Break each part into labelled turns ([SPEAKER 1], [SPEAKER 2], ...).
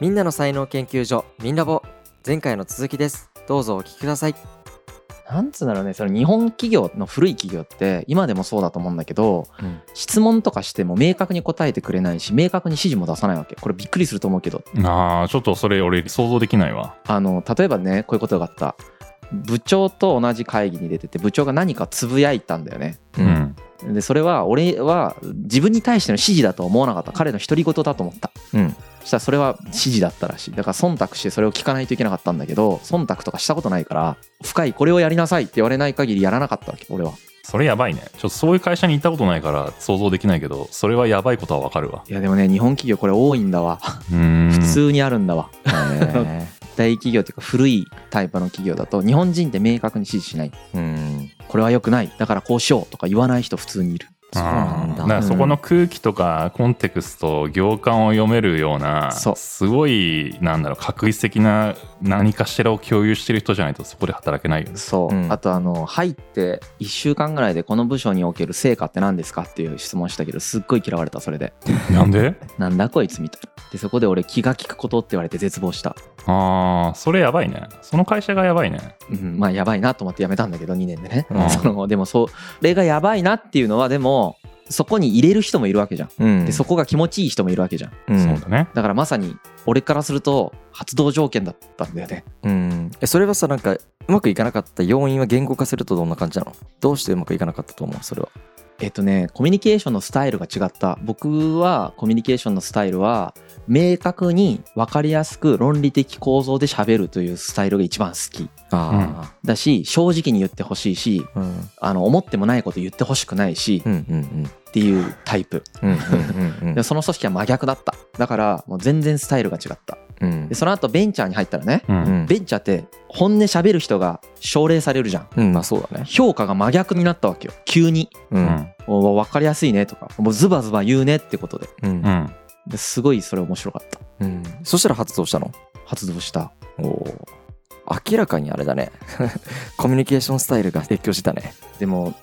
[SPEAKER 1] みんなの才能研究所みんラボ前回の続きですどうぞお聞きください
[SPEAKER 2] なんつうんだろうねその日本企業の古い企業って今でもそうだと思うんだけど
[SPEAKER 3] うん
[SPEAKER 2] 質問とかしても明確に答えてくれないし明確に指示も出さないわけこれびっくりすると思うけど
[SPEAKER 3] あーちょっとそれ俺想像できないわ
[SPEAKER 2] あの例えばねこういうことがあった部長と同じ会議に出てて部長が何かつぶやいたんだよね
[SPEAKER 3] う
[SPEAKER 1] うん
[SPEAKER 3] ん
[SPEAKER 2] でそれは俺は自分に対しての指示だとは思わなかった彼の独り言だと思った、
[SPEAKER 3] うん
[SPEAKER 2] そしたらそれは指示だったらしいだから忖度してそれを聞かないといけなかったんだけど忖度とかしたことないから深いこれをやりなさいって言われない限りやらなかったわけ俺は
[SPEAKER 3] それやばいねちょっとそういう会社に行ったことないから想像できないけどそれはやばいことはわかるわ
[SPEAKER 2] いやでもね日本企業これ多いんだわ
[SPEAKER 3] うーん
[SPEAKER 2] 普通にあるんだわ、
[SPEAKER 1] へ
[SPEAKER 2] 大企業っていうか古いタイプの企業だと日本人って明確に指示しない
[SPEAKER 1] ーうん
[SPEAKER 2] これは良くないだからこうしようとか言わない人普通にいる
[SPEAKER 1] そうなん
[SPEAKER 3] あーだか
[SPEAKER 1] だ
[SPEAKER 3] らそこの空気とかコンテクスト行間を読めるような
[SPEAKER 2] そう
[SPEAKER 3] すごいなんだろう確率的な何かしらを共有してる人じゃないとそこで働けないよね
[SPEAKER 2] そう、
[SPEAKER 1] うん
[SPEAKER 2] あとあの入って1週間ぐらいでこの部署における成果って何ですかっていう質問したけどすっごい嫌われたそれで
[SPEAKER 3] なんで
[SPEAKER 2] なんだこいつみたいなでそこで俺気が利くことって言われて絶望した、
[SPEAKER 3] ああそれやばいねその会社がやばいね
[SPEAKER 2] うん、まあやばいなと思って辞めたんだけど2年でね、
[SPEAKER 3] うん
[SPEAKER 2] そのでもそうそれがやばいなっていうのはでもそこに入れる人もいるわけじゃん
[SPEAKER 1] うん
[SPEAKER 2] でそこが気持ちいい人もいるわけじゃん
[SPEAKER 1] うん
[SPEAKER 3] そうだね
[SPEAKER 2] だからまさに俺からすると発動条件だったんだよね
[SPEAKER 1] うんえそれはさなんかうまくいかなかった要因は言語化するとどんな感じなのどうしてうまくいかなかったと思うそれは
[SPEAKER 2] えっとねコミュニケーションのスタイルが違った僕はコミュニケーションのスタイルは明確に分かりやすく論理的構造で喋るというスタイルが一番好き
[SPEAKER 1] あ
[SPEAKER 2] だし正直に言ってほしいし
[SPEAKER 1] あうん
[SPEAKER 2] あの思ってもないこと言ってほしくないし
[SPEAKER 1] うんうん
[SPEAKER 2] っていうタイプ
[SPEAKER 1] うんうんうんうん
[SPEAKER 2] でその組織は真逆だっただからもう全然スタイルが違った
[SPEAKER 1] うん
[SPEAKER 2] でその後ベンチャーに入ったらね
[SPEAKER 3] うん、
[SPEAKER 1] うん
[SPEAKER 2] ベンチャーって本音喋る人が奨励されるじゃん
[SPEAKER 1] うんまあそうだね
[SPEAKER 2] 評価が真逆になったわけよ急に
[SPEAKER 1] う
[SPEAKER 3] うんん
[SPEAKER 2] お分かりやすいねとかもうズバズバ言うねってことで
[SPEAKER 1] うん
[SPEAKER 3] うん
[SPEAKER 2] ですごいそれ面白かった
[SPEAKER 1] うんそしたら発動したの
[SPEAKER 2] 発動した
[SPEAKER 1] おお明らかにあれだね コミュニケーションスタイルが影響してたね
[SPEAKER 2] でも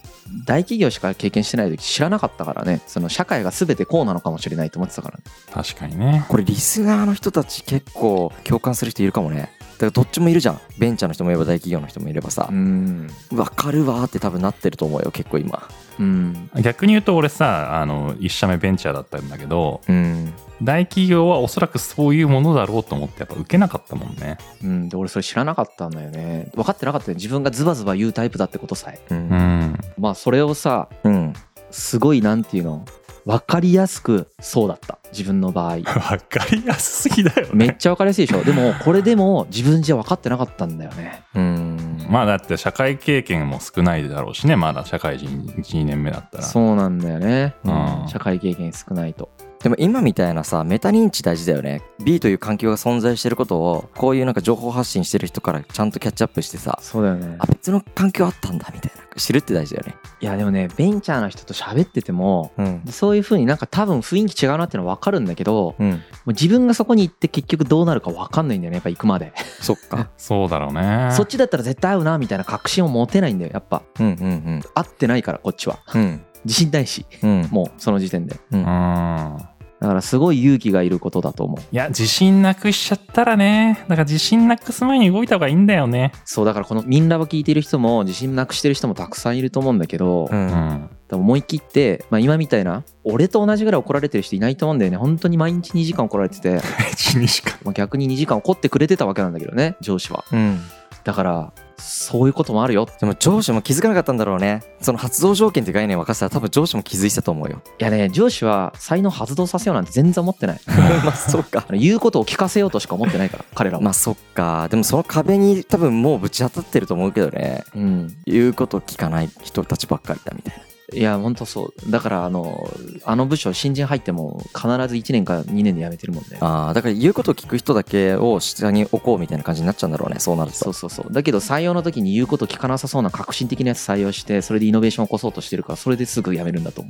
[SPEAKER 2] 大企業しか経験してない時知らなかったからねその社会が全てこうなのかもしれないと思ってたからね
[SPEAKER 3] 確かにね
[SPEAKER 1] これリスナーの人たち結構共感する人いるかもねだからどっちもいるじゃんベンチャーの人もいれば大企業の人もいればさ
[SPEAKER 2] ん
[SPEAKER 1] 分かるわーって多分なってると思うよ結構今
[SPEAKER 2] うん
[SPEAKER 3] 逆に言うと俺さあの1社目ベンチャーだったんだけど
[SPEAKER 1] うん
[SPEAKER 3] 大企業はおそらくそういうものだろうと思ってやっぱ受けなかったもんね
[SPEAKER 2] うん、で俺それ知らなかったんだよね分かってなかったよ自分がズバズバ言うタイプだってことさえ
[SPEAKER 1] う
[SPEAKER 3] うんん
[SPEAKER 2] まあそれをさ
[SPEAKER 1] うん
[SPEAKER 2] すごいなんていうの分かりやすくそうだった自分の場合
[SPEAKER 3] わかりやすすぎだよね
[SPEAKER 2] めっちゃ分かりやすいでしょでもこれでも自分じゃ分かってなかったんだよね
[SPEAKER 1] うん
[SPEAKER 3] まあだって社会経験も少ないだろうしねまだ社会人12年目だったら
[SPEAKER 2] そうなんだよね、
[SPEAKER 3] うん
[SPEAKER 2] 社会経験少ないと
[SPEAKER 1] でも今みたいなさメタ認知大事だよね B という環境が存在してることをこういうなんか情報発信してる人からちゃんとキャッチアップしてさ
[SPEAKER 2] そうだよね
[SPEAKER 1] あ別の環境あったんだみたいな知るって大事だよね
[SPEAKER 2] いやでもねベンチャーの人と喋ってても
[SPEAKER 1] うん
[SPEAKER 2] そういう風になんか多分雰囲気違うなってのは分かるんだけども
[SPEAKER 1] うん
[SPEAKER 2] う自分がそこに行って結局どうなるか分かんないんだよねやっぱ行くまで
[SPEAKER 1] そっか
[SPEAKER 3] そうだろうね
[SPEAKER 2] そっちだったら絶対合うなみたいな確信を持てないんだよやっぱ
[SPEAKER 1] うんうん
[SPEAKER 2] 合ってないからこっちは
[SPEAKER 1] うんうん
[SPEAKER 2] 自信ないし
[SPEAKER 1] うん
[SPEAKER 2] もうその時点で
[SPEAKER 3] う
[SPEAKER 1] う
[SPEAKER 3] んん
[SPEAKER 2] だからすごい勇気がいることだと思う
[SPEAKER 3] いや自信なくしちゃったらねだから自信なくす前に動いた方がいいんだよね
[SPEAKER 2] そうだからこのみんなを聞いてる人も自信なくしてる人もたくさんいると思うんだけど、
[SPEAKER 1] う
[SPEAKER 3] うん ん
[SPEAKER 2] でも思い切って、まあ、今みたいな俺と同じぐらい怒られてる人いないと思うんだよね本当に毎日2時間怒られてて、
[SPEAKER 3] 1 2しか
[SPEAKER 2] まあ、逆に2時間怒ってくれてたわけなんだけどね上司は
[SPEAKER 1] うん
[SPEAKER 2] だからそういうこともあるよ
[SPEAKER 1] でも上司も気づかなかったんだろうねその発動条件って概念を沸かせたら多分上司も気づいてたと思う よ
[SPEAKER 2] いやね上司は才能発動させようなんて全然思ってない
[SPEAKER 1] まあそっか
[SPEAKER 2] あの言うことを聞かせようとしか思ってないから 彼らは、
[SPEAKER 1] まあそっかでもその壁に多分もうぶち当たってると思うけどね
[SPEAKER 2] うん
[SPEAKER 1] 言うこと聞かない人たちばっかりだみたい
[SPEAKER 2] いや本当そうだからあのあの部署新人入っても必ず1年か2年で辞めてるもんね
[SPEAKER 1] なあーだから言うこと聞く人だけを下に置こうみたいな感じになっちゃうんだろうねそうなる
[SPEAKER 2] そ
[SPEAKER 1] と
[SPEAKER 2] うそうそうだけど採用の時に言うこと聞かなさそうな革新的なやつ採用してそれでイノベーションを起こそうとしてるからそれですぐ辞めるんだと思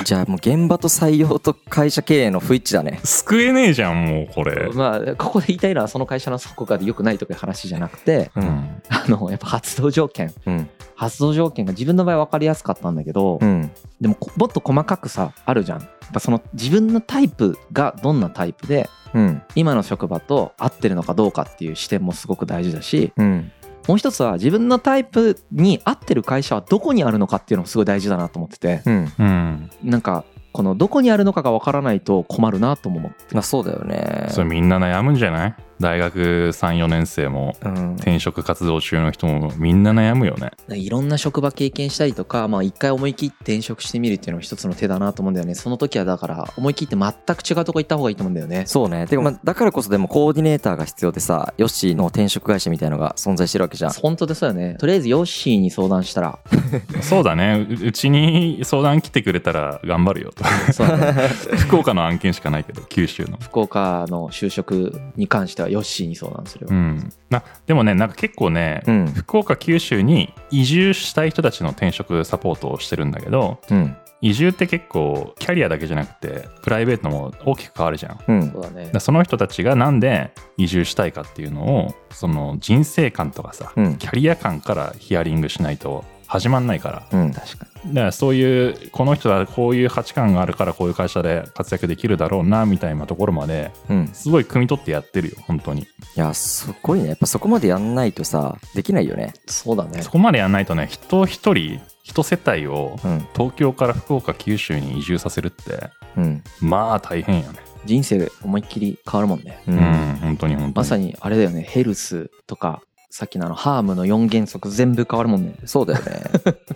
[SPEAKER 2] う
[SPEAKER 1] じゃあもう現場と採用と会社経営の不一致だね
[SPEAKER 3] 救えねえじゃんもうこれ
[SPEAKER 2] まあここで言いたいのはその会社のそこが良くないとかいう話じゃなくて
[SPEAKER 1] う
[SPEAKER 3] うんん
[SPEAKER 2] あのやっぱ発動条件
[SPEAKER 1] うん
[SPEAKER 2] 発動条件が自分の場合分かりやすかったんだけど、
[SPEAKER 1] うん
[SPEAKER 2] でもこもっと細かくさあるじゃんっぱその自分のタイプがどんなタイプで
[SPEAKER 1] うん
[SPEAKER 2] 今の職場と合ってるのかどうかっていう視点もすごく大事だし
[SPEAKER 1] うん
[SPEAKER 2] もう一つは自分のタイプに合ってる会社はどこにあるのかっていうのもすごい大事だなと思ってて
[SPEAKER 1] うん
[SPEAKER 3] うん。
[SPEAKER 2] なんかこのどこにあるのかがわからないと困るなとも思う
[SPEAKER 1] まあそうだよね
[SPEAKER 3] それみんな悩むんじゃない大学3、4年生も
[SPEAKER 1] うん
[SPEAKER 3] 転職活動中の人もみんな悩むよね。
[SPEAKER 2] いろんな職場経験したりとか、まあ一回思い切って転職してみるっていうのも一つの手だなと思うんだよね。その時はだから思い切って全く違うとこ行った方がいいと思うんだよね。
[SPEAKER 1] そうねてかまあだからこそでもコーディネーターが必要でさヨッシーの転職会社みたいのが存在してるわけじゃん
[SPEAKER 2] 本当でそうよね。とりあえずヨッシーに相談したら、
[SPEAKER 3] そうだね。ううちに相談来てくれたら頑張る よと。
[SPEAKER 2] そうだね
[SPEAKER 3] 福岡の案件しかないけど、九州の。
[SPEAKER 2] 福岡の就職に関してはヨッシーに相談するよ。
[SPEAKER 3] うん。な、でもね、なんか結構ね、
[SPEAKER 1] うん
[SPEAKER 3] 福岡九州に移住したい人たちの転職サポートをしてるんだけど
[SPEAKER 1] うん
[SPEAKER 3] 移住って結構キャリアだけじゃなくてプライベートも大きく変わるじゃんだか
[SPEAKER 1] うん
[SPEAKER 2] そうだね。
[SPEAKER 3] らその人たちがなんで移住したいかっていうのをその人生観とかさ、
[SPEAKER 1] うん
[SPEAKER 3] キャリア観からヒアリングしないと始まんないから
[SPEAKER 1] うん
[SPEAKER 2] 確か
[SPEAKER 3] だからそういうこの人はこういう価値観があるからこういう会社で活躍できるだろうなみたいなところまで
[SPEAKER 1] うんい
[SPEAKER 3] すごい汲み取ってやってるよ本当に
[SPEAKER 1] やすごいねやっぱそこまでやんないとさできないよ
[SPEAKER 2] に。
[SPEAKER 1] ね
[SPEAKER 2] そうだね
[SPEAKER 3] そ。こまでやんないとね人一人一世帯を
[SPEAKER 1] うん
[SPEAKER 3] 東京から福岡九州に移住させるって
[SPEAKER 1] うん
[SPEAKER 3] まあ大変よね
[SPEAKER 2] 人生思いっきり変わるもんね。
[SPEAKER 1] う
[SPEAKER 3] うんん本当に本当に
[SPEAKER 2] まさにあれだよね。ヘルスとか、さっきのあのハームの4原則全部変わるもんね。
[SPEAKER 1] そうだよね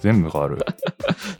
[SPEAKER 3] 全部変わる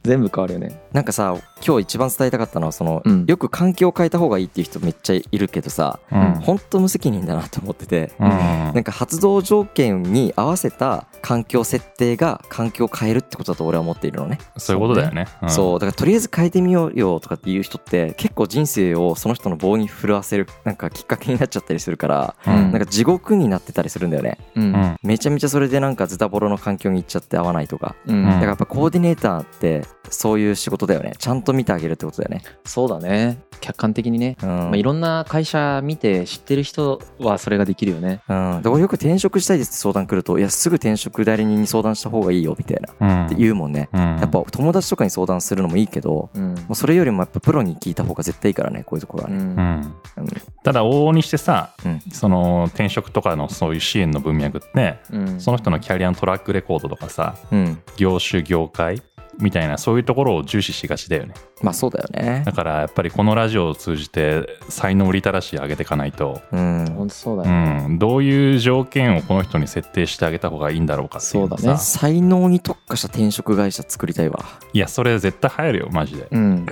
[SPEAKER 2] 全部変わるよね。
[SPEAKER 1] なんかさ今日一番伝えたかったのはその、
[SPEAKER 2] うん
[SPEAKER 1] よく環境を変えた方がいいっていう人めっちゃいるけどさ
[SPEAKER 3] うん
[SPEAKER 1] 本当無責任だなと思ってて、
[SPEAKER 3] うん
[SPEAKER 1] なんか発動条件に合わせた環境設定が環境を変えるってことだと俺は思っているのね、
[SPEAKER 3] そういうことだよねうん
[SPEAKER 1] そうだからとりあえず変えてみようよとかっていう人って結構人生をその人の棒に振るわせるなんかきっかけになっちゃったりするから
[SPEAKER 3] う
[SPEAKER 1] なん
[SPEAKER 3] ん
[SPEAKER 1] か地獄になってたりするんだよね
[SPEAKER 2] うん
[SPEAKER 3] う。ん
[SPEAKER 1] めちゃめちゃそれでなんかズタボロの環境に行っちゃって合わないとか
[SPEAKER 2] うん
[SPEAKER 1] だからやっぱコーディネーターってそういう仕事だよねちゃんと見てあげるってことだよね
[SPEAKER 2] そうだね客観的にね、
[SPEAKER 1] うん、
[SPEAKER 2] まあ、いろんな会社見て知ってる人はそれができるよね
[SPEAKER 1] うん、で俺よく転職したいですって相談来るといやすぐ転職代理人に相談した方がいいよみたいな
[SPEAKER 3] うん
[SPEAKER 1] って言うもんね
[SPEAKER 3] うん
[SPEAKER 1] やっぱ友達とかに相談するのもいいけど
[SPEAKER 2] うん、
[SPEAKER 1] もうそれよりもやっぱプロに聞いた方が絶対いいからねこういうところは
[SPEAKER 2] う
[SPEAKER 1] ね、
[SPEAKER 2] ん
[SPEAKER 3] うん
[SPEAKER 1] うん
[SPEAKER 3] ただ往々にしてさ
[SPEAKER 1] うん
[SPEAKER 3] その転職とかのそういう支援の文脈って
[SPEAKER 2] うん
[SPEAKER 3] その人のキャリアのトラックレコードとかさ
[SPEAKER 1] うん、
[SPEAKER 3] 業種業界みたいなそういうところを重視しがちだよね
[SPEAKER 1] まあそうだよね
[SPEAKER 3] だからやっぱりこのラジオを通じて才能リテラシー上げていかないと
[SPEAKER 1] うん
[SPEAKER 2] 本当そうだ
[SPEAKER 3] う
[SPEAKER 2] ね、
[SPEAKER 3] ん、どういう条件をこの人に設定してあげた方がいいんだろうかっていうのさ
[SPEAKER 2] そうだね
[SPEAKER 1] 才能に特化した転職会社作りたいわ
[SPEAKER 3] いやそれ絶対流行るよマジで、
[SPEAKER 2] うん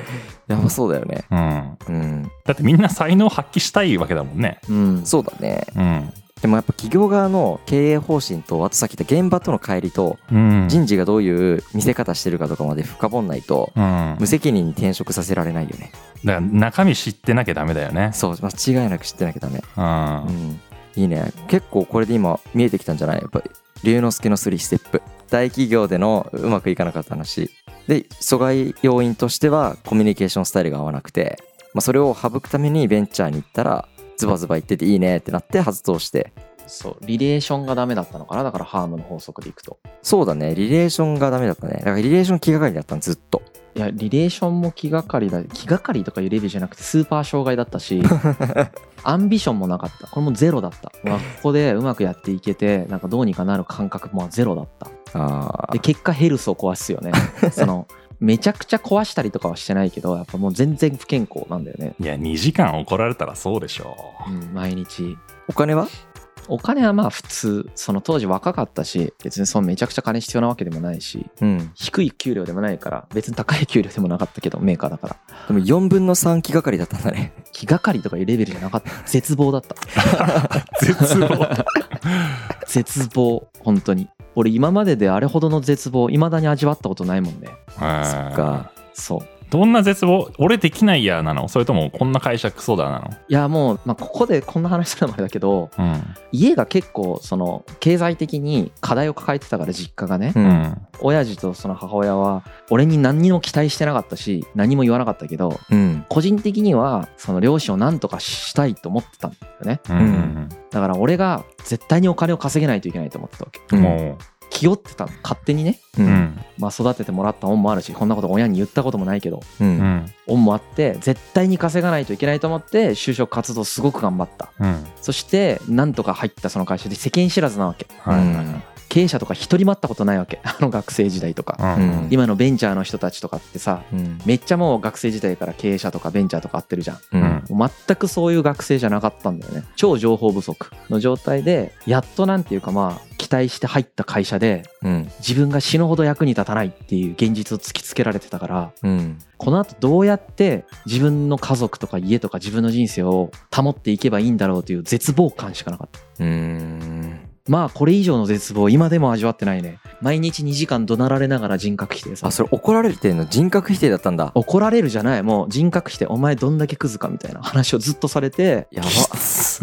[SPEAKER 1] やばそうだよね
[SPEAKER 3] うん、
[SPEAKER 1] うん
[SPEAKER 3] だってみんな才能発揮したいわけだもんね、
[SPEAKER 2] うん
[SPEAKER 1] そうだね
[SPEAKER 3] うん
[SPEAKER 1] でもやっぱ企業側の経営方針とあとさっき言った現場との乖離と
[SPEAKER 3] うん
[SPEAKER 1] 人事がどういう見せ方してるかとかまで深掘んないと
[SPEAKER 3] うん、
[SPEAKER 1] 無責任に転職させられないよね
[SPEAKER 3] だから中身知ってなきゃダメだよね、
[SPEAKER 1] そう間違いなく知ってなきゃダメ
[SPEAKER 3] うん
[SPEAKER 1] うん、いいね結構これで今見えてきたんじゃないやっぱり龍之介の3ステップ大企業でのうまくいかなかった話で阻害要因としてはコミュニケーションスタイルが合わなくて、まあ、それを省くためにベンチャーに行ったらズバズバ言ってていいねってなって発動して
[SPEAKER 2] そうリレーションがダメだったのかなだからハームの法則でいくと
[SPEAKER 1] そうだねリレーションがダメだったねだからリレーション気がかりだったのずっと
[SPEAKER 2] いやリレーションも気がかりだ気がかりとかいうレベルじゃなくてスーパー障害だったしアンビションもなかったこれもゼロだった、まあ、ここでうまくやっていけてなんかどうにかなる感覚もゼロだった
[SPEAKER 1] あ
[SPEAKER 2] で結果ヘルスを壊すよねそのめちゃくちゃ壊したりとかはしてないけどやっぱもう全然不健康なんだよね、
[SPEAKER 3] いや2時間怒られたらそうでしょ
[SPEAKER 2] うん、毎日
[SPEAKER 1] お金は
[SPEAKER 2] お金はまあ普通その当時若かったし別にそのめちゃくちゃ金必要なわけでもないし
[SPEAKER 1] うん
[SPEAKER 2] 低い給料でもないから別に高い給料でもなかったけどメーカーだから
[SPEAKER 1] でも4分の3気がかりだったんだね
[SPEAKER 2] 気がかりとかいうレベルじゃなかった絶望だった
[SPEAKER 3] 絶 望
[SPEAKER 2] 絶望本当に俺今までであれほどの絶望未だに味わったことないもんね
[SPEAKER 1] そっか
[SPEAKER 2] そう
[SPEAKER 3] どんな絶望俺できないやなのそれともこんな会社クソだない
[SPEAKER 2] やもう、まあ、ここでこんな話するのもあれだけど
[SPEAKER 3] の
[SPEAKER 2] 家が結構その経済的に課題を抱えてたから実家がね、
[SPEAKER 3] うん、
[SPEAKER 2] 親父とその母親は俺に何にも期待してなかったし何も言わなかったけど
[SPEAKER 1] うん
[SPEAKER 2] 個人的にはその両親を何とかしたいと思ってたんだよね
[SPEAKER 3] うんうん
[SPEAKER 2] だから俺が絶対にお金を稼げないといけないと思ってたわけ
[SPEAKER 1] うん
[SPEAKER 3] もう
[SPEAKER 2] 気負ってたの勝手にね、
[SPEAKER 1] う
[SPEAKER 3] うんん
[SPEAKER 2] まあ、育ててもらった恩もあるしこんなこと親に言ったこともないけど
[SPEAKER 1] う
[SPEAKER 3] うんん
[SPEAKER 2] 恩もあって絶対に稼がないといけないと思って就職活動すごく頑張った
[SPEAKER 3] うん
[SPEAKER 2] そしてなんとか入ったその会社で世間知らずなわけ
[SPEAKER 3] はいはい
[SPEAKER 2] 経営者とか一人も会ったことないわけ あの学生時代とか
[SPEAKER 3] はいうん
[SPEAKER 2] 今のベンチャーの人たちとかってさ
[SPEAKER 1] うん
[SPEAKER 2] めっちゃもう学生時代から経営者とかベンチャーとか会ってるじゃん
[SPEAKER 1] うん
[SPEAKER 2] もう全くそういう学生じゃなかったんだよね超情報不足の状態でやっとなんていうかまあ期待して入った会社で
[SPEAKER 1] うん
[SPEAKER 2] 自分が死ぬほど役に立たないっていう現実を突きつけられてたから
[SPEAKER 1] うん
[SPEAKER 2] この後どうやって自分の家族とか家とか自分の人生を保っていけばいいんだろうという絶望感しかなかった
[SPEAKER 1] うん
[SPEAKER 2] まあこれ以上の絶望今でも味わってないね毎日2時間怒鳴られながら人格否定さ
[SPEAKER 1] あそれ怒られてるの人格否定だったんだ
[SPEAKER 2] 怒られるじゃないもう人格否定お前どんだけクズかみたいな話をずっとされて
[SPEAKER 1] やば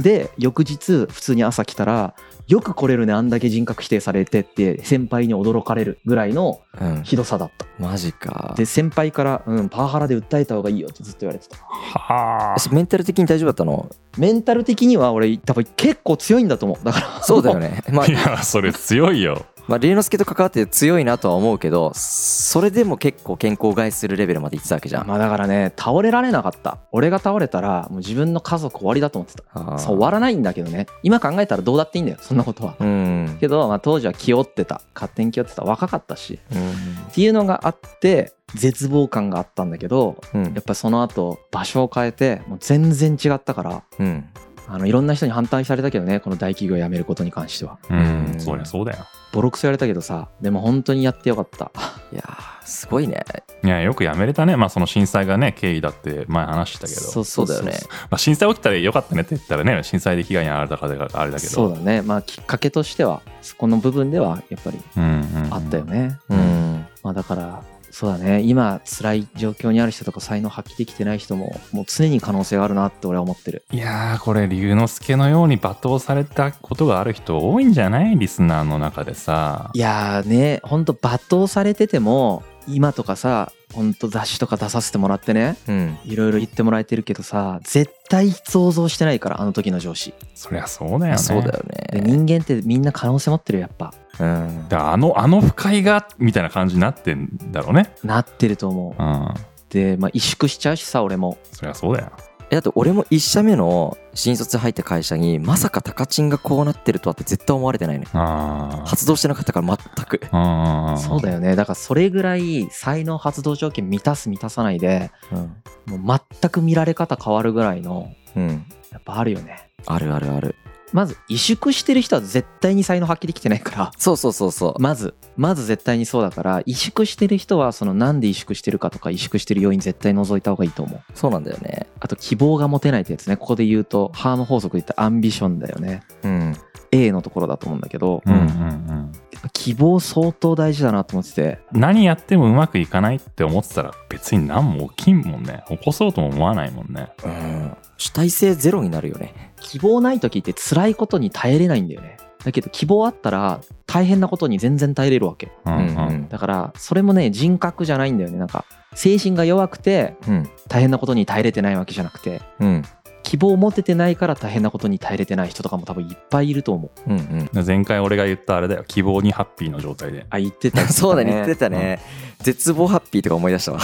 [SPEAKER 2] で翌日普通に朝来たらよく来れるねあんだけ人格否定されてって先輩に驚かれるぐらいの
[SPEAKER 1] うん
[SPEAKER 2] ひどさだった
[SPEAKER 1] マジか
[SPEAKER 2] で先輩から、うん、パワハラで訴えた方がいいよってずっと言われてた
[SPEAKER 3] はあ
[SPEAKER 1] えメンタル的に大丈夫だったの
[SPEAKER 2] メンタル的には俺多分結構強いんだと思うだから
[SPEAKER 1] そうだよねまあ
[SPEAKER 3] いやそれ強いよ
[SPEAKER 1] まあ龍之介と関わって強いなとは思うけどそれでも結構健康を害するレベルまでいってたわけじゃ ん
[SPEAKER 2] まあだからね倒れられなかった俺が倒れたらもう自分の家族終わりだと思ってた
[SPEAKER 1] あー
[SPEAKER 2] そう終わらないんだけどね今考えたらどうだっていいんだよそんなことは
[SPEAKER 1] うん
[SPEAKER 2] けど、まあ、当時は気負ってた勝手に気負ってた若かったし
[SPEAKER 1] うん
[SPEAKER 2] っていうのがあって絶望感があったんだけど
[SPEAKER 1] うん
[SPEAKER 2] やっぱりその後場所を変えてもう全然違ったから
[SPEAKER 1] うん
[SPEAKER 2] あのいろんな人に反対されたけどねこの大企業辞めることに関しては
[SPEAKER 3] うん
[SPEAKER 1] うん
[SPEAKER 3] そりゃそうだよ
[SPEAKER 2] ボロクソ言われたけどさでも本当にやってよかった
[SPEAKER 1] いやーすごいね
[SPEAKER 3] いやよくやめれたねまあその震災がね経緯だって前話したけど
[SPEAKER 2] そう
[SPEAKER 1] そうだよね
[SPEAKER 3] まあ、震災起きたらよかったねって言ったらね震災で被害に遭われた方があれだけど
[SPEAKER 2] そうだねまあきっかけとしてはそこの部分ではやっぱり
[SPEAKER 3] うんうんうん
[SPEAKER 2] あったよね、
[SPEAKER 1] うん
[SPEAKER 2] まあ、だからそうだね今辛い状況にある人とか才能発揮できてない人ももう常に可能性があるなって俺は思ってる
[SPEAKER 3] いやーこれ龍之介のように罵倒されたことがある人多いんじゃないリスナーの中でさ
[SPEAKER 2] いやーねほんと罵倒されてても今とかさほんと雑誌とか出させてもらってね
[SPEAKER 1] うん
[SPEAKER 2] いろいろ言ってもらえてるけどさ絶対想像してないからあの時の上司
[SPEAKER 3] そりゃそうだよね
[SPEAKER 1] そうだよ
[SPEAKER 2] で
[SPEAKER 1] ね
[SPEAKER 2] 人間ってみんな可能性持ってるよやっぱ
[SPEAKER 1] うん
[SPEAKER 3] であのあの不快がみたいな感じになってんだろうね
[SPEAKER 2] なってると思う
[SPEAKER 3] うん
[SPEAKER 2] でまあ萎縮しちゃうしさ俺も
[SPEAKER 3] そりゃそうだよ
[SPEAKER 1] えだって俺も1社目の新卒入った会社にまさかタカチンがこうなってるとはって絶対思われてないね
[SPEAKER 3] あ
[SPEAKER 1] 発動してなかったから全く
[SPEAKER 3] あ
[SPEAKER 2] そうだよねだからそれぐらい才能発動条件満たす満たさないで
[SPEAKER 1] うん、
[SPEAKER 2] もう全く見られ方変わるぐらいの
[SPEAKER 1] うん、
[SPEAKER 2] やっぱあるよね
[SPEAKER 1] あるあるある
[SPEAKER 2] まず萎縮してる人は絶対に才能発揮できてないから
[SPEAKER 1] そうそうそうそう
[SPEAKER 2] まずまず絶対にそうだから萎縮してる人はそのなんで萎縮してるかとか萎縮してる要因絶対除いた方がいいと思う
[SPEAKER 1] そうなんだよね
[SPEAKER 2] あと希望が持てないってやつねここで言うとハーム法則で言ったアンビションだよね
[SPEAKER 1] うん
[SPEAKER 2] A のところだと思うんだけど、
[SPEAKER 3] うんうんうん
[SPEAKER 2] 希望相当大事だなと思ってて
[SPEAKER 3] 何やってもうまくいかないって思ってたら別に何も起きんもんね起こそうとも思わないもんね
[SPEAKER 1] うん主体性ゼロになるよね
[SPEAKER 2] 希望ない時って辛いことに耐えれないんだよねだけど希望あったら大変なことに全然耐えれるわけ
[SPEAKER 3] うんうん
[SPEAKER 2] だからそれもね人格じゃないんだよねなんか精神が弱くて
[SPEAKER 1] うん
[SPEAKER 2] 大変なことに耐えれてないわけじゃなくて
[SPEAKER 1] うん
[SPEAKER 2] 希望を持ててないから大変なことに耐えれてない人とかも多分いっぱいいると思う
[SPEAKER 1] うんうん
[SPEAKER 3] 前回俺が言ったあれだよ希望にハッピーの状態で
[SPEAKER 2] あ言って た
[SPEAKER 1] そうだね言ってたね、絶望ハッピーとか思い出したわ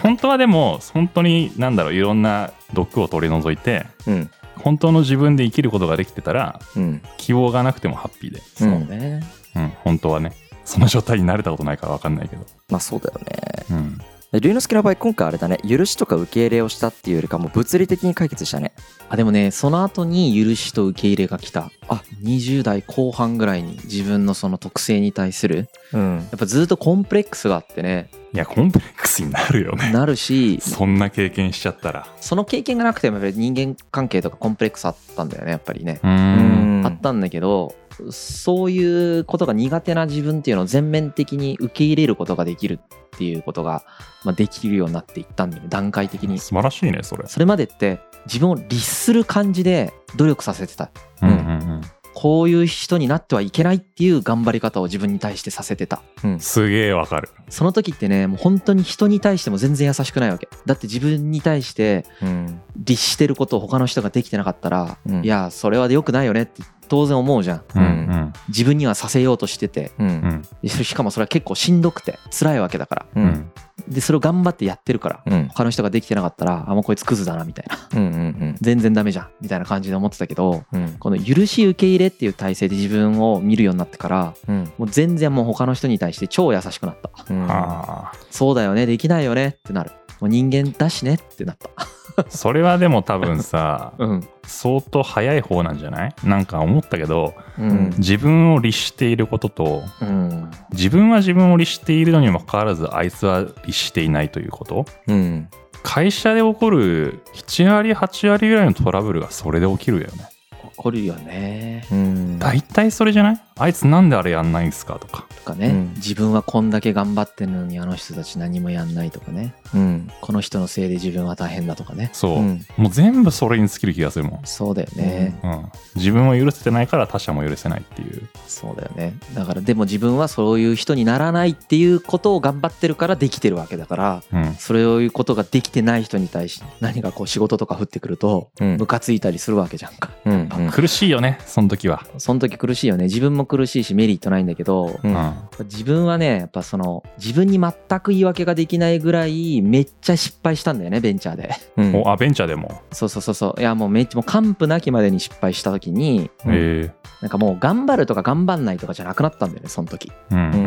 [SPEAKER 3] 本当はでも本当に何だろういろんな毒を取り除いて
[SPEAKER 1] うん
[SPEAKER 3] 本当の自分で生きることができてたら
[SPEAKER 1] うん
[SPEAKER 3] 希望がなくてもハッピーで、
[SPEAKER 2] そうね、
[SPEAKER 3] うん、本当はねその状態に慣れたことないから分かんないけど、
[SPEAKER 1] まあそうだよね
[SPEAKER 3] うん、
[SPEAKER 1] 龍之介の場合今回あれだね許しとか受け入れをしたっていうよりかもう物理的に解決したね
[SPEAKER 2] あでもねその後に許しと受け入れが来たあ20代後半ぐらいに自分のその特性に対する
[SPEAKER 1] うん
[SPEAKER 2] やっぱずっとコンプレックスがあってね
[SPEAKER 3] いやコンプレックスになるよね
[SPEAKER 2] なるし
[SPEAKER 3] そんな経験しちゃったら
[SPEAKER 2] その経験がなくてもやっぱり人間関係とかコンプレックスあったんだよねやっぱりね、
[SPEAKER 3] う
[SPEAKER 1] うんん
[SPEAKER 2] あったんだけどそういうことが苦手な自分っていうのを全面的に受け入れることができるっていうことが、まあ、できるようになっていったんだよね段階的に
[SPEAKER 3] 素晴らしいねそれ
[SPEAKER 2] それまでって自分を律する感じで努力させてた
[SPEAKER 3] うんうん
[SPEAKER 2] こういう人になってはいけないっていう頑張り方を自分に対してさせてた
[SPEAKER 3] すげえわかる。
[SPEAKER 2] その時ってねもう本当に人に対しても全然優しくないわけだって自分に対して
[SPEAKER 1] うん
[SPEAKER 2] 律してることを他の人ができてなかったら、
[SPEAKER 1] うん
[SPEAKER 2] いやそれは良くないよねって当然思うじゃん
[SPEAKER 3] うんうん
[SPEAKER 2] 自分にはさせようとしてて
[SPEAKER 1] う
[SPEAKER 3] うんん
[SPEAKER 2] しかもそれは結構しんどくて辛いわけだから
[SPEAKER 1] う
[SPEAKER 3] うんん
[SPEAKER 2] でそれを頑張ってやってるから
[SPEAKER 1] うん
[SPEAKER 2] 他の人ができてなかったらあもうこいつクズだなみたいな
[SPEAKER 1] うんうん
[SPEAKER 2] 全然ダメじゃんみたいな感じで思ってたけど
[SPEAKER 1] うん
[SPEAKER 2] この許し受け入れっていう体制で自分を見るようになってから
[SPEAKER 1] うん
[SPEAKER 2] もう全然もう他の人に対して超優しくなった
[SPEAKER 1] うん
[SPEAKER 3] あ
[SPEAKER 2] そうだよねできないよねってなるもう人間だしねってなった
[SPEAKER 3] あそれはでも多分さ
[SPEAKER 2] うん
[SPEAKER 3] 相当早い方なんじゃないなんか思ったけど
[SPEAKER 2] うん
[SPEAKER 3] 自分を律していることと
[SPEAKER 2] うん
[SPEAKER 3] 自分は自分を律しているのにもかかわらずあいつは律していないということ
[SPEAKER 1] うん
[SPEAKER 3] 会社で起こる7割8割ぐらいのトラブルがそれで起きるよね
[SPEAKER 2] 怒るよね
[SPEAKER 1] うん
[SPEAKER 3] 大体それじゃないあいつなんであれやんないんすかとか
[SPEAKER 2] とかね、
[SPEAKER 1] うん
[SPEAKER 2] 自分はこんだけ頑張ってるのにあの人たち何もやんないとかね
[SPEAKER 1] うん
[SPEAKER 2] この人のせいで自分は大変だとかね
[SPEAKER 3] そう、
[SPEAKER 1] うん
[SPEAKER 3] もう全部それに尽きる気がするもん、
[SPEAKER 2] そうだよね、
[SPEAKER 3] うん、自分を許せてないから他者も許せないっていう
[SPEAKER 2] そうだよねだからでも自分はそういう人にならないっていうことを頑張ってるからできてるわけだから
[SPEAKER 3] うん
[SPEAKER 2] そういうことができてない人に対して何かこう仕事とか降ってくると
[SPEAKER 1] うん
[SPEAKER 2] ムカついたりするわけじゃんか
[SPEAKER 1] うんうん
[SPEAKER 3] 苦しいよねその時は、
[SPEAKER 2] その時苦しいよね自分も苦しいしメリットないんだけど
[SPEAKER 1] う
[SPEAKER 3] うんん
[SPEAKER 2] 自分はねやっぱその自分に全く言い訳ができないぐらいめっちゃ失敗したんだよねベンチャーで
[SPEAKER 1] うん
[SPEAKER 3] おあベンチャーでも、
[SPEAKER 2] そうそうそうそういやもうめっちゃもう完膚なきまでに失敗した時に
[SPEAKER 1] うん
[SPEAKER 3] え
[SPEAKER 2] なんかもう頑張るとか頑張んないとかじゃなくなったんだよねその時
[SPEAKER 3] えうん
[SPEAKER 1] う
[SPEAKER 3] うん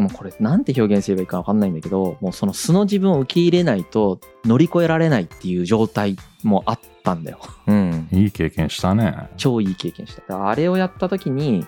[SPEAKER 3] ん
[SPEAKER 2] もうこれなんて表現すればいいか分かんないんだけどもうその素の自分を受け入れないと乗り越えられないっていう状態もあったんだよ
[SPEAKER 1] うん
[SPEAKER 3] いい経験したね
[SPEAKER 2] 超いい経験したあれをやった時に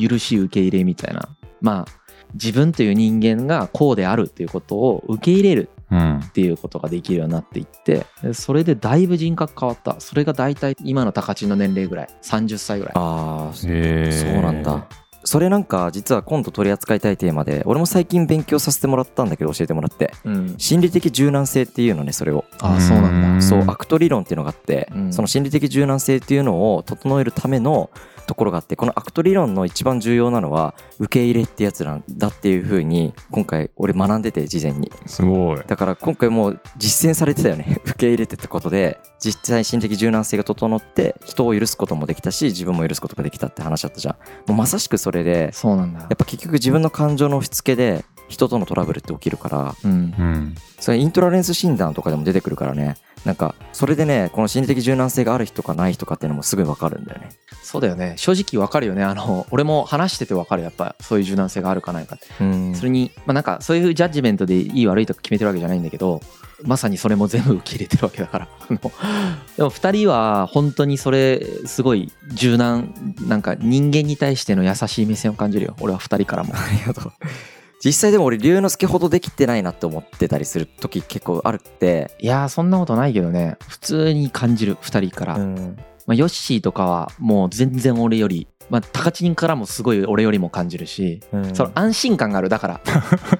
[SPEAKER 2] 許し受け入れみたいなまあ自分という人間がこうであるということを受け入れる
[SPEAKER 3] うん
[SPEAKER 2] っていうことができるようになっていってでそれでだいぶ人格変わったそれが大体今の高知の年齢ぐらい30歳ぐらい
[SPEAKER 1] ああ
[SPEAKER 3] ええ
[SPEAKER 1] そうなんだそれなんか実は今度取り扱いたいテーマで俺も最近勉強させてもらったんだけど教えてもらって
[SPEAKER 2] うん
[SPEAKER 1] 心理的柔軟性っていうのねそれを
[SPEAKER 2] ああそうなんだ
[SPEAKER 3] ん
[SPEAKER 1] そうアクト理論っていうのがあって、
[SPEAKER 2] うん
[SPEAKER 1] その心理的柔軟性っていうのを整えるためのところがあってこのアクト理論の一番重要なのは受け入れってやつなんだっていうふうに今回俺学んでて事前に
[SPEAKER 3] すごい
[SPEAKER 1] だから今回もう実践されてたよね 受け入れてってことで実際心理的柔軟性が整って人を許すこともできたし自分も許すことができたって話だったじゃんもうまさしくそれで
[SPEAKER 2] そうなんだ
[SPEAKER 1] やっぱ結局自分の感情の押し付けで人とのトラブルって起きるから
[SPEAKER 2] うん
[SPEAKER 3] うん
[SPEAKER 1] それイントラレンス診断とかでも出てくるからねなんかそれでねこの心理的柔軟性がある人かない人かっていうのもすぐ分かるんだよね
[SPEAKER 2] そうだよね正直わかるよねあの俺も話しててわかるやっぱそういう柔軟性があるかないかって
[SPEAKER 1] うん
[SPEAKER 2] それにまあなんかそういうジャッジメントでいい悪いとか決めてるわけじゃないんだけどまさにそれも全部受け入れてるわけだからあのでも2人は本当にそれすごい柔軟なんか人間に対しての優しい目線を感じるよ俺は2人からも
[SPEAKER 1] ありがとう実際でも俺龍之介ほどできてないなって思ってたりする時結構あるって
[SPEAKER 2] いやーそんなことないけどね普通に感じる2人から、
[SPEAKER 1] ん
[SPEAKER 2] まあ、ヨッシーとかはもう全然俺よりまあ高知人からもすごい俺よりも感じるし
[SPEAKER 1] うん
[SPEAKER 2] その安心感があるだから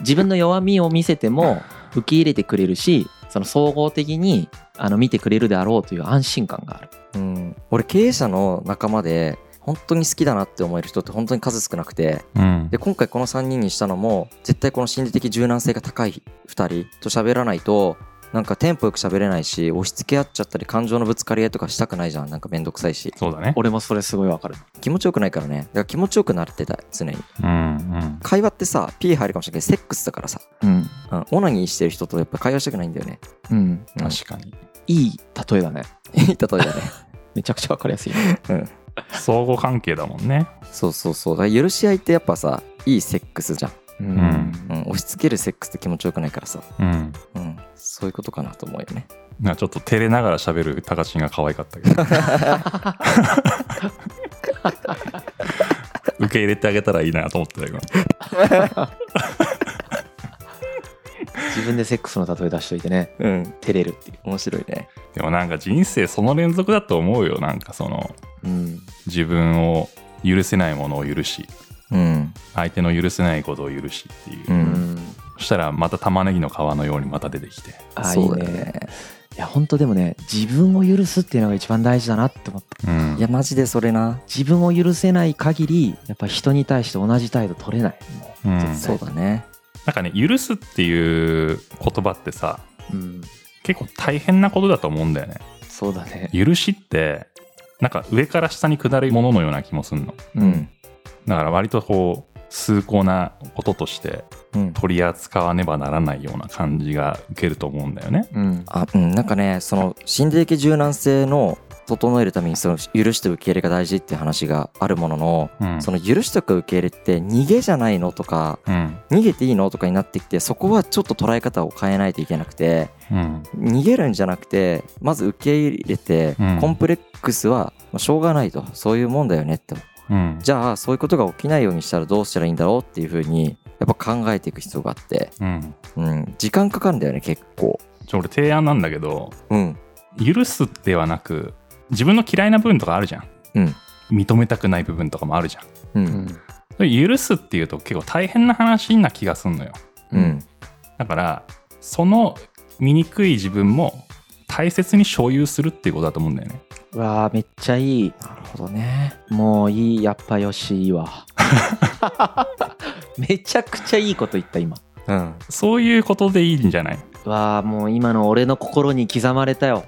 [SPEAKER 2] 自分の弱みを見せても受け入れてくれるしその総合的にあの見てくれるであろうという安心感がある
[SPEAKER 1] うん、俺経営者の仲間で本当に好きだなって思える人って本当に数少なくて
[SPEAKER 3] うん
[SPEAKER 1] で今回この3人にしたのも絶対この心理的柔軟性が高い2人と喋らないとなんかテンポよく喋れないし押し付け合っちゃったり感情のぶつかり合いとかしたくないじゃんなんかめんどくさいし
[SPEAKER 3] そうだね
[SPEAKER 2] 俺もそれすごいわかる
[SPEAKER 1] 気持ちよくないからねだから気持ちよくなってた常に
[SPEAKER 3] うんうん
[SPEAKER 1] 会話ってさ P 入るかもしれないけどセックスだからさ、
[SPEAKER 2] うん
[SPEAKER 1] うん、オナニーしてる人とやっぱ会話したくないんだよね
[SPEAKER 2] うん
[SPEAKER 1] うん
[SPEAKER 3] 確かに
[SPEAKER 2] いい例えだね
[SPEAKER 1] いい例えだね
[SPEAKER 2] めちゃくちゃわかりやすい
[SPEAKER 3] 相互関係だもんね
[SPEAKER 1] そうそうそうだから許し合いってやっぱさいいセックスじゃん、
[SPEAKER 2] うん
[SPEAKER 3] ん
[SPEAKER 1] うん、押し付けるセックスって気持ちよくないからさ
[SPEAKER 3] うん
[SPEAKER 1] うん、そういうことかなと思うよね。
[SPEAKER 3] なんかちょっと照れながら喋る高知が可愛かったけど受け入れてあげたらいいなと思ってた今
[SPEAKER 2] 自分でセックスの例え出しといてね
[SPEAKER 1] うん、
[SPEAKER 2] 照れるっていう
[SPEAKER 1] 面白いね。
[SPEAKER 3] でもなんか人生その連続だと思うよなんかその
[SPEAKER 2] うん
[SPEAKER 3] 自分を許せないものを許し
[SPEAKER 1] うん、
[SPEAKER 3] 相手の許せないことを許しっていう、
[SPEAKER 1] うん
[SPEAKER 3] そしたらまた玉ねぎの皮のようにまた出てきて
[SPEAKER 2] ああい
[SPEAKER 1] そ
[SPEAKER 2] いう
[SPEAKER 1] だよ
[SPEAKER 2] ね
[SPEAKER 1] ね。
[SPEAKER 2] いや本当でもね自分を許すっていうのが一番大事だなって思った
[SPEAKER 3] うん
[SPEAKER 1] いやマジでそれな、
[SPEAKER 2] 自分を許せない限りやっぱ人に対して同じ態度取れない、
[SPEAKER 3] うん
[SPEAKER 2] 絶対
[SPEAKER 1] そうだね
[SPEAKER 3] なんかね許すっていう言葉ってさ
[SPEAKER 2] うん、
[SPEAKER 3] 結構大変なことだと思うんだよね
[SPEAKER 2] そうだね
[SPEAKER 3] 許しってなんか上から下に下るもののような気もするの
[SPEAKER 1] うん
[SPEAKER 3] だから割とこう崇高なこととして
[SPEAKER 1] うん
[SPEAKER 3] 取り扱わねばならないような感じが受けると思うんだよね
[SPEAKER 2] うん
[SPEAKER 1] あうんなんかねその心理的柔軟性の整えるためにその許しと受け入れが大事っていう話があるものの、
[SPEAKER 3] うん
[SPEAKER 1] その許しとか受け入れって逃げじゃないのとか
[SPEAKER 3] うん
[SPEAKER 1] 逃げていいのとかになってきてそこはちょっと捉え方を変えないといけなくて
[SPEAKER 3] うん
[SPEAKER 1] 逃げるんじゃなくてまず受け入れて、
[SPEAKER 3] うん
[SPEAKER 1] コンプレックスはまあしょうがないとそういうもんだよねって
[SPEAKER 3] うん
[SPEAKER 1] じゃあそういうことが起きないようにしたらどうしたらいいんだろうっていうふうにやっぱ考えていく必要があって、
[SPEAKER 3] うん
[SPEAKER 1] うん、時間かかるんだよね結構
[SPEAKER 3] ちょ俺提案なんだけど
[SPEAKER 1] うん
[SPEAKER 3] 許すではなく自分の嫌いな部分とかあるじゃん、
[SPEAKER 1] うん
[SPEAKER 3] 認めたくない部分とかもあるじゃん
[SPEAKER 1] う
[SPEAKER 2] うんん
[SPEAKER 3] それ許すっていうと結構大変な話な気がすんのよ
[SPEAKER 1] うん、
[SPEAKER 3] だからその醜い自分も大切に所有するっていうことだと思うんだよね
[SPEAKER 2] うわーめっちゃいい
[SPEAKER 1] なるほどね
[SPEAKER 2] もういいやっぱよしいい わめちゃくちゃいいこと言った今
[SPEAKER 1] うん
[SPEAKER 3] そういうことでいいんじゃない
[SPEAKER 2] わあもう今の俺の心に刻まれた よ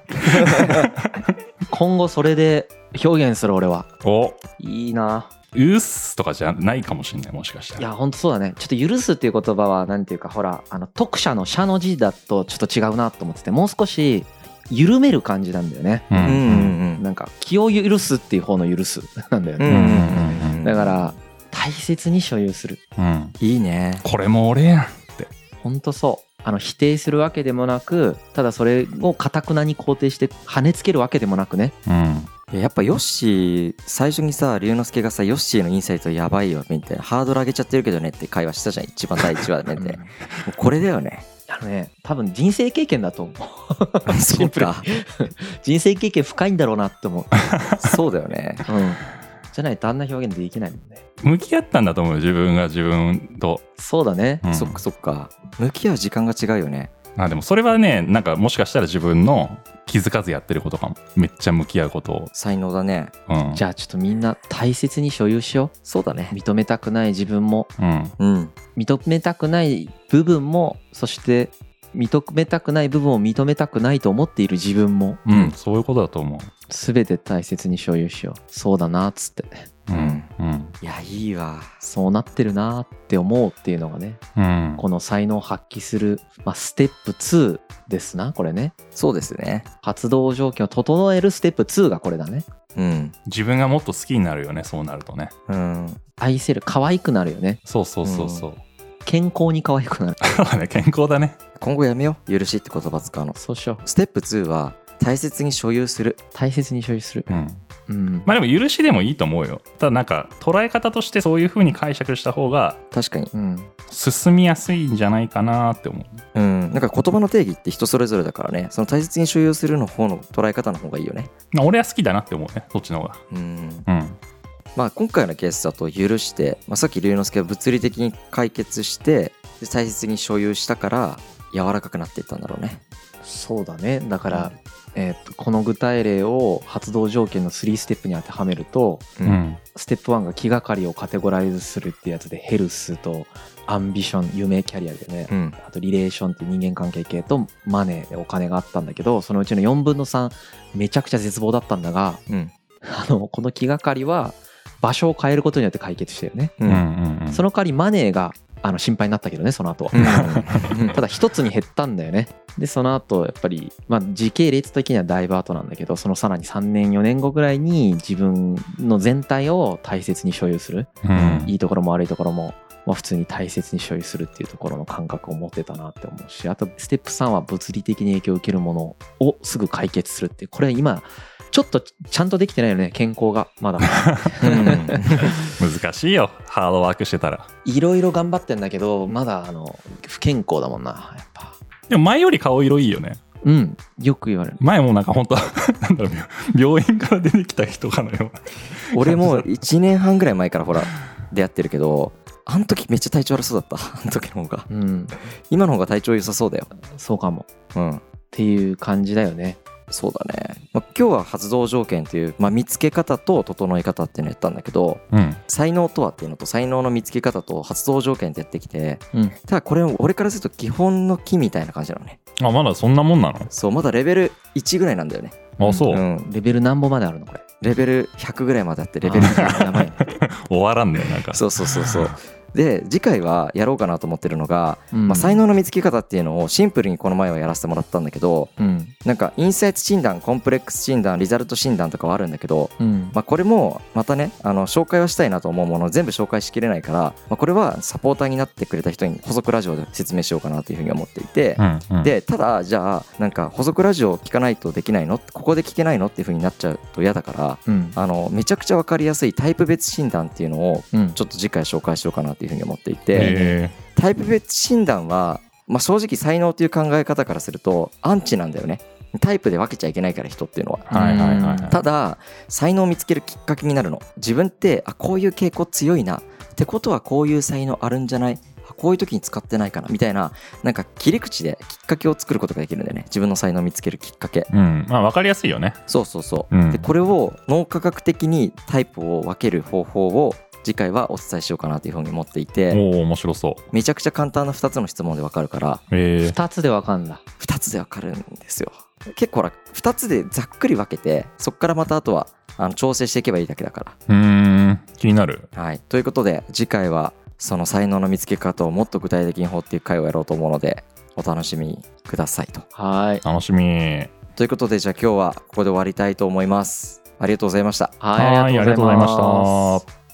[SPEAKER 2] 今後それで表現する俺は
[SPEAKER 3] お
[SPEAKER 2] いいな
[SPEAKER 3] うっすとかじゃないかもしれないもしかした
[SPEAKER 2] い
[SPEAKER 3] ら
[SPEAKER 2] やほんとそうだねちょっと「許す」っていう言葉はなんていうかほらあの読者の「者」の字だとちょっと違うなと思っててもう少し緩める感じなんだよね
[SPEAKER 3] う
[SPEAKER 1] うんうんん
[SPEAKER 2] なんか気を許すっていう方の「許す」なんだよ
[SPEAKER 1] うんう
[SPEAKER 2] ね、
[SPEAKER 1] んうん
[SPEAKER 2] だから大切に所有する
[SPEAKER 3] うんうん
[SPEAKER 1] いいね
[SPEAKER 3] これも俺やんって
[SPEAKER 2] ほんとそうあの否定するわけでもなくただそれをかたくなに肯定して跳ねつけるわけでもなくね
[SPEAKER 3] うん
[SPEAKER 1] いややっぱヨッシー最初にさ龍之介がさヨッシーのインサイトやばいよみたいなハードル上げちゃってるけどねって会話したじゃん一番第一話でねってもうこれだよね
[SPEAKER 2] あのね多分人生経験だと思う
[SPEAKER 1] そ
[SPEAKER 2] シ
[SPEAKER 1] う
[SPEAKER 2] ンプルに
[SPEAKER 1] か
[SPEAKER 2] 人生経験深いんだろうなって 思う、
[SPEAKER 1] そうだよね
[SPEAKER 2] うん、じゃないとあんな表現できないもんね
[SPEAKER 3] 向き合ったんだと思うよ自分が自分と、
[SPEAKER 2] そうだね
[SPEAKER 3] うん
[SPEAKER 1] そっかそっか向き合う時間が違うよね
[SPEAKER 3] あでもそれはねなんかもしかしたら自分の気づかずやってることかもめっちゃ向き合うことを、
[SPEAKER 1] 才能だね
[SPEAKER 3] うん、
[SPEAKER 2] じゃあちょっとみんな大切に所有しよ
[SPEAKER 1] そうだ
[SPEAKER 2] う
[SPEAKER 1] ね
[SPEAKER 2] 認めたくない自分も
[SPEAKER 3] うん
[SPEAKER 1] うん
[SPEAKER 2] 認めたくない部分もそして認めたくない部分を認めたくないと思っている自分も
[SPEAKER 3] うん、そういうことだと思
[SPEAKER 2] 全て大切に所有しようそうだなっつって
[SPEAKER 3] う。うん、うん、
[SPEAKER 1] いやいいわ
[SPEAKER 2] そうなってるなって思うっていうのがね
[SPEAKER 3] うん、
[SPEAKER 2] この才能を発揮する、まあ、ステップ2ですなこれね
[SPEAKER 1] そうですね
[SPEAKER 2] 発動条件を整えるステップ2がこれだね
[SPEAKER 1] うん
[SPEAKER 3] 自分がもっと好きになるよね、そうなるとね。
[SPEAKER 1] うん
[SPEAKER 2] 愛せる可愛くなるよね
[SPEAKER 3] そうそうそうそう。
[SPEAKER 2] 健康に可愛くなる
[SPEAKER 3] そうだね、健康だね。
[SPEAKER 1] 今後やめよう許しって言葉使うの
[SPEAKER 2] そうしよう
[SPEAKER 1] ステップ2は大切に所有する
[SPEAKER 2] 大切に所有する
[SPEAKER 3] うん、
[SPEAKER 2] うん、
[SPEAKER 3] まあでも許しでもいいと思うよ。ただなんか捉え方としてそういう風に解釈した方が
[SPEAKER 1] 確かに
[SPEAKER 2] うん、
[SPEAKER 3] 進みやすいんじゃないかなって思う。
[SPEAKER 1] うんなんか言葉の定義って人それぞれだからねその大切に所有するの方の捉え方の方がいいよね
[SPEAKER 3] まあ俺は好きだなって思うね、そっちの方が。
[SPEAKER 1] うん
[SPEAKER 3] うん、
[SPEAKER 1] まあ今回のケースだと許して、まあ、さっき龍之介は物理的に解決してで大切に所有したから柔らかくなっていったんだろうね
[SPEAKER 2] そうだねだから、えーとこの具体例を発動条件の3ステップに当てはめると
[SPEAKER 1] う
[SPEAKER 3] うん、うん、
[SPEAKER 2] ステップ1が気がかりをカテゴライズするってやつでヘルスとアンビション有名キャリアでね、
[SPEAKER 1] うん
[SPEAKER 2] あとリレーションって人間関係系とマネーでお金があったんだけどそのうちの4分の3めちゃくちゃ絶望だったんだが
[SPEAKER 1] うん
[SPEAKER 2] あのこの気がかりは場所を変えることによって解決してるね、
[SPEAKER 1] う
[SPEAKER 3] うんん、うん。
[SPEAKER 2] その代わりマネーがあの心配になったけどねその後は、
[SPEAKER 1] うん
[SPEAKER 2] ただ一つに減ったんだよねでその後やっぱり、まあ、時系列的にはだいぶ後なんだけどそのさらに3年4年後ぐらいに自分の全体を大切に所有する
[SPEAKER 3] うん
[SPEAKER 2] いいところも悪いところも、まあ、普通に大切に所有するっていうところの感覚を持ってたなって思うしあとステップ3は物理的に影響を受けるものをすぐ解決するっていうこれ今ちょっとちゃんとできてないよね健康がまだ
[SPEAKER 1] うん
[SPEAKER 3] 難しいよ、ハードワークしてたら。
[SPEAKER 2] いろいろ頑張ってんだけどまだあの不健康だもんなやっぱ
[SPEAKER 3] でも前より顔色いいよね。
[SPEAKER 2] うんよく言われる
[SPEAKER 3] 前もなんか本当 なんだろう、病院から出てきた人かのような。
[SPEAKER 1] 俺も1年半ぐらい前からほら出会ってるけどあの時めっちゃ体調悪そうだったあの時の方が
[SPEAKER 2] うん
[SPEAKER 1] 今の方が体調良さそうだよ
[SPEAKER 2] そうかも
[SPEAKER 1] うん
[SPEAKER 2] っていう感じだよね
[SPEAKER 1] そうだね、まあ、今日は発動条件という、まあ、見つけ方と整え方っていうのをやったんだけど
[SPEAKER 3] うん
[SPEAKER 1] 才能とはっていうのと才能の見つけ方と発動条件ってやってきて
[SPEAKER 2] うん
[SPEAKER 1] ただこれ俺からすると基本の木みたいな感じなのね
[SPEAKER 3] あまだそんなもんな
[SPEAKER 1] そうまだレベル1ぐらいなんだよね
[SPEAKER 3] のあそう、
[SPEAKER 1] うん
[SPEAKER 2] レベル何本まであるのこれ
[SPEAKER 1] レベル100ぐらいまであってレベル
[SPEAKER 2] あーやば いね、
[SPEAKER 3] 終わらんねなんか
[SPEAKER 1] そうそうそうそうで次回はやろうかなと思ってるのが、
[SPEAKER 2] うん
[SPEAKER 1] まあ、才能の見つけ方っていうのをシンプルにこの前はやらせてもらったんだけど
[SPEAKER 2] うん
[SPEAKER 1] なんかインサイツ診断コンプレックス診断リザルト診断とかはあるんだけど、
[SPEAKER 2] うん
[SPEAKER 1] まあ、これもまたねあの紹介はしたいなと思うものを全部紹介しきれないから、まあ、これはサポーターになってくれた人に補足ラジオで説明しようかなというふうに思っていて
[SPEAKER 3] う、んうん、
[SPEAKER 1] でただじゃあなんか補足ラジオを聞かないとできないのここで聞けないのっていうふうになっちゃうと嫌だから
[SPEAKER 2] うん
[SPEAKER 1] あのめちゃくちゃ分かりやすいタイプ別診断っていうのを
[SPEAKER 2] うん
[SPEAKER 1] ちょっと次回紹介しようかなというふうに思っていて
[SPEAKER 3] え
[SPEAKER 1] タイプ別診断は、まあ、正直才能という考え方からするとアンチなんだよねタイプで分けちゃいけないから人っていうのは
[SPEAKER 3] ー、はいはいはいはい
[SPEAKER 1] ただ才能を見つけるきっかけになるの自分ってあこういう傾向強いなってことはこういう才能あるんじゃないあこういう時に使ってないかなみたいななんか切り口できっかけを作ることができるんだよね自分の才能を見つけるきっかけ
[SPEAKER 3] うんまあ分かりやすいよね
[SPEAKER 1] そうそうそう、
[SPEAKER 3] うん
[SPEAKER 1] でこれを脳科学的にタイプを分ける方法を次回はお伝えしようかなというふうに思っていて
[SPEAKER 3] おお面白そう
[SPEAKER 1] めちゃくちゃ簡単な2つの質問で分かるから
[SPEAKER 3] え
[SPEAKER 2] 2つでわかんだ
[SPEAKER 1] 2つで分かるんですよ結構ほら2つでざっくり分けてそこからまたあとはあの調整していけばいいだけだか
[SPEAKER 3] ー、うーん気になる
[SPEAKER 1] らはいということで次回はその才能の見つけ方をもっと具体的に掘っていく回をやろうと思うのでお楽しみくださいと
[SPEAKER 2] はーい
[SPEAKER 3] 楽しみ
[SPEAKER 1] ということでじゃあ今日はここで終わりたいと思いますありがとうございました
[SPEAKER 2] はいありがとうございました
[SPEAKER 3] はーいありがとうございました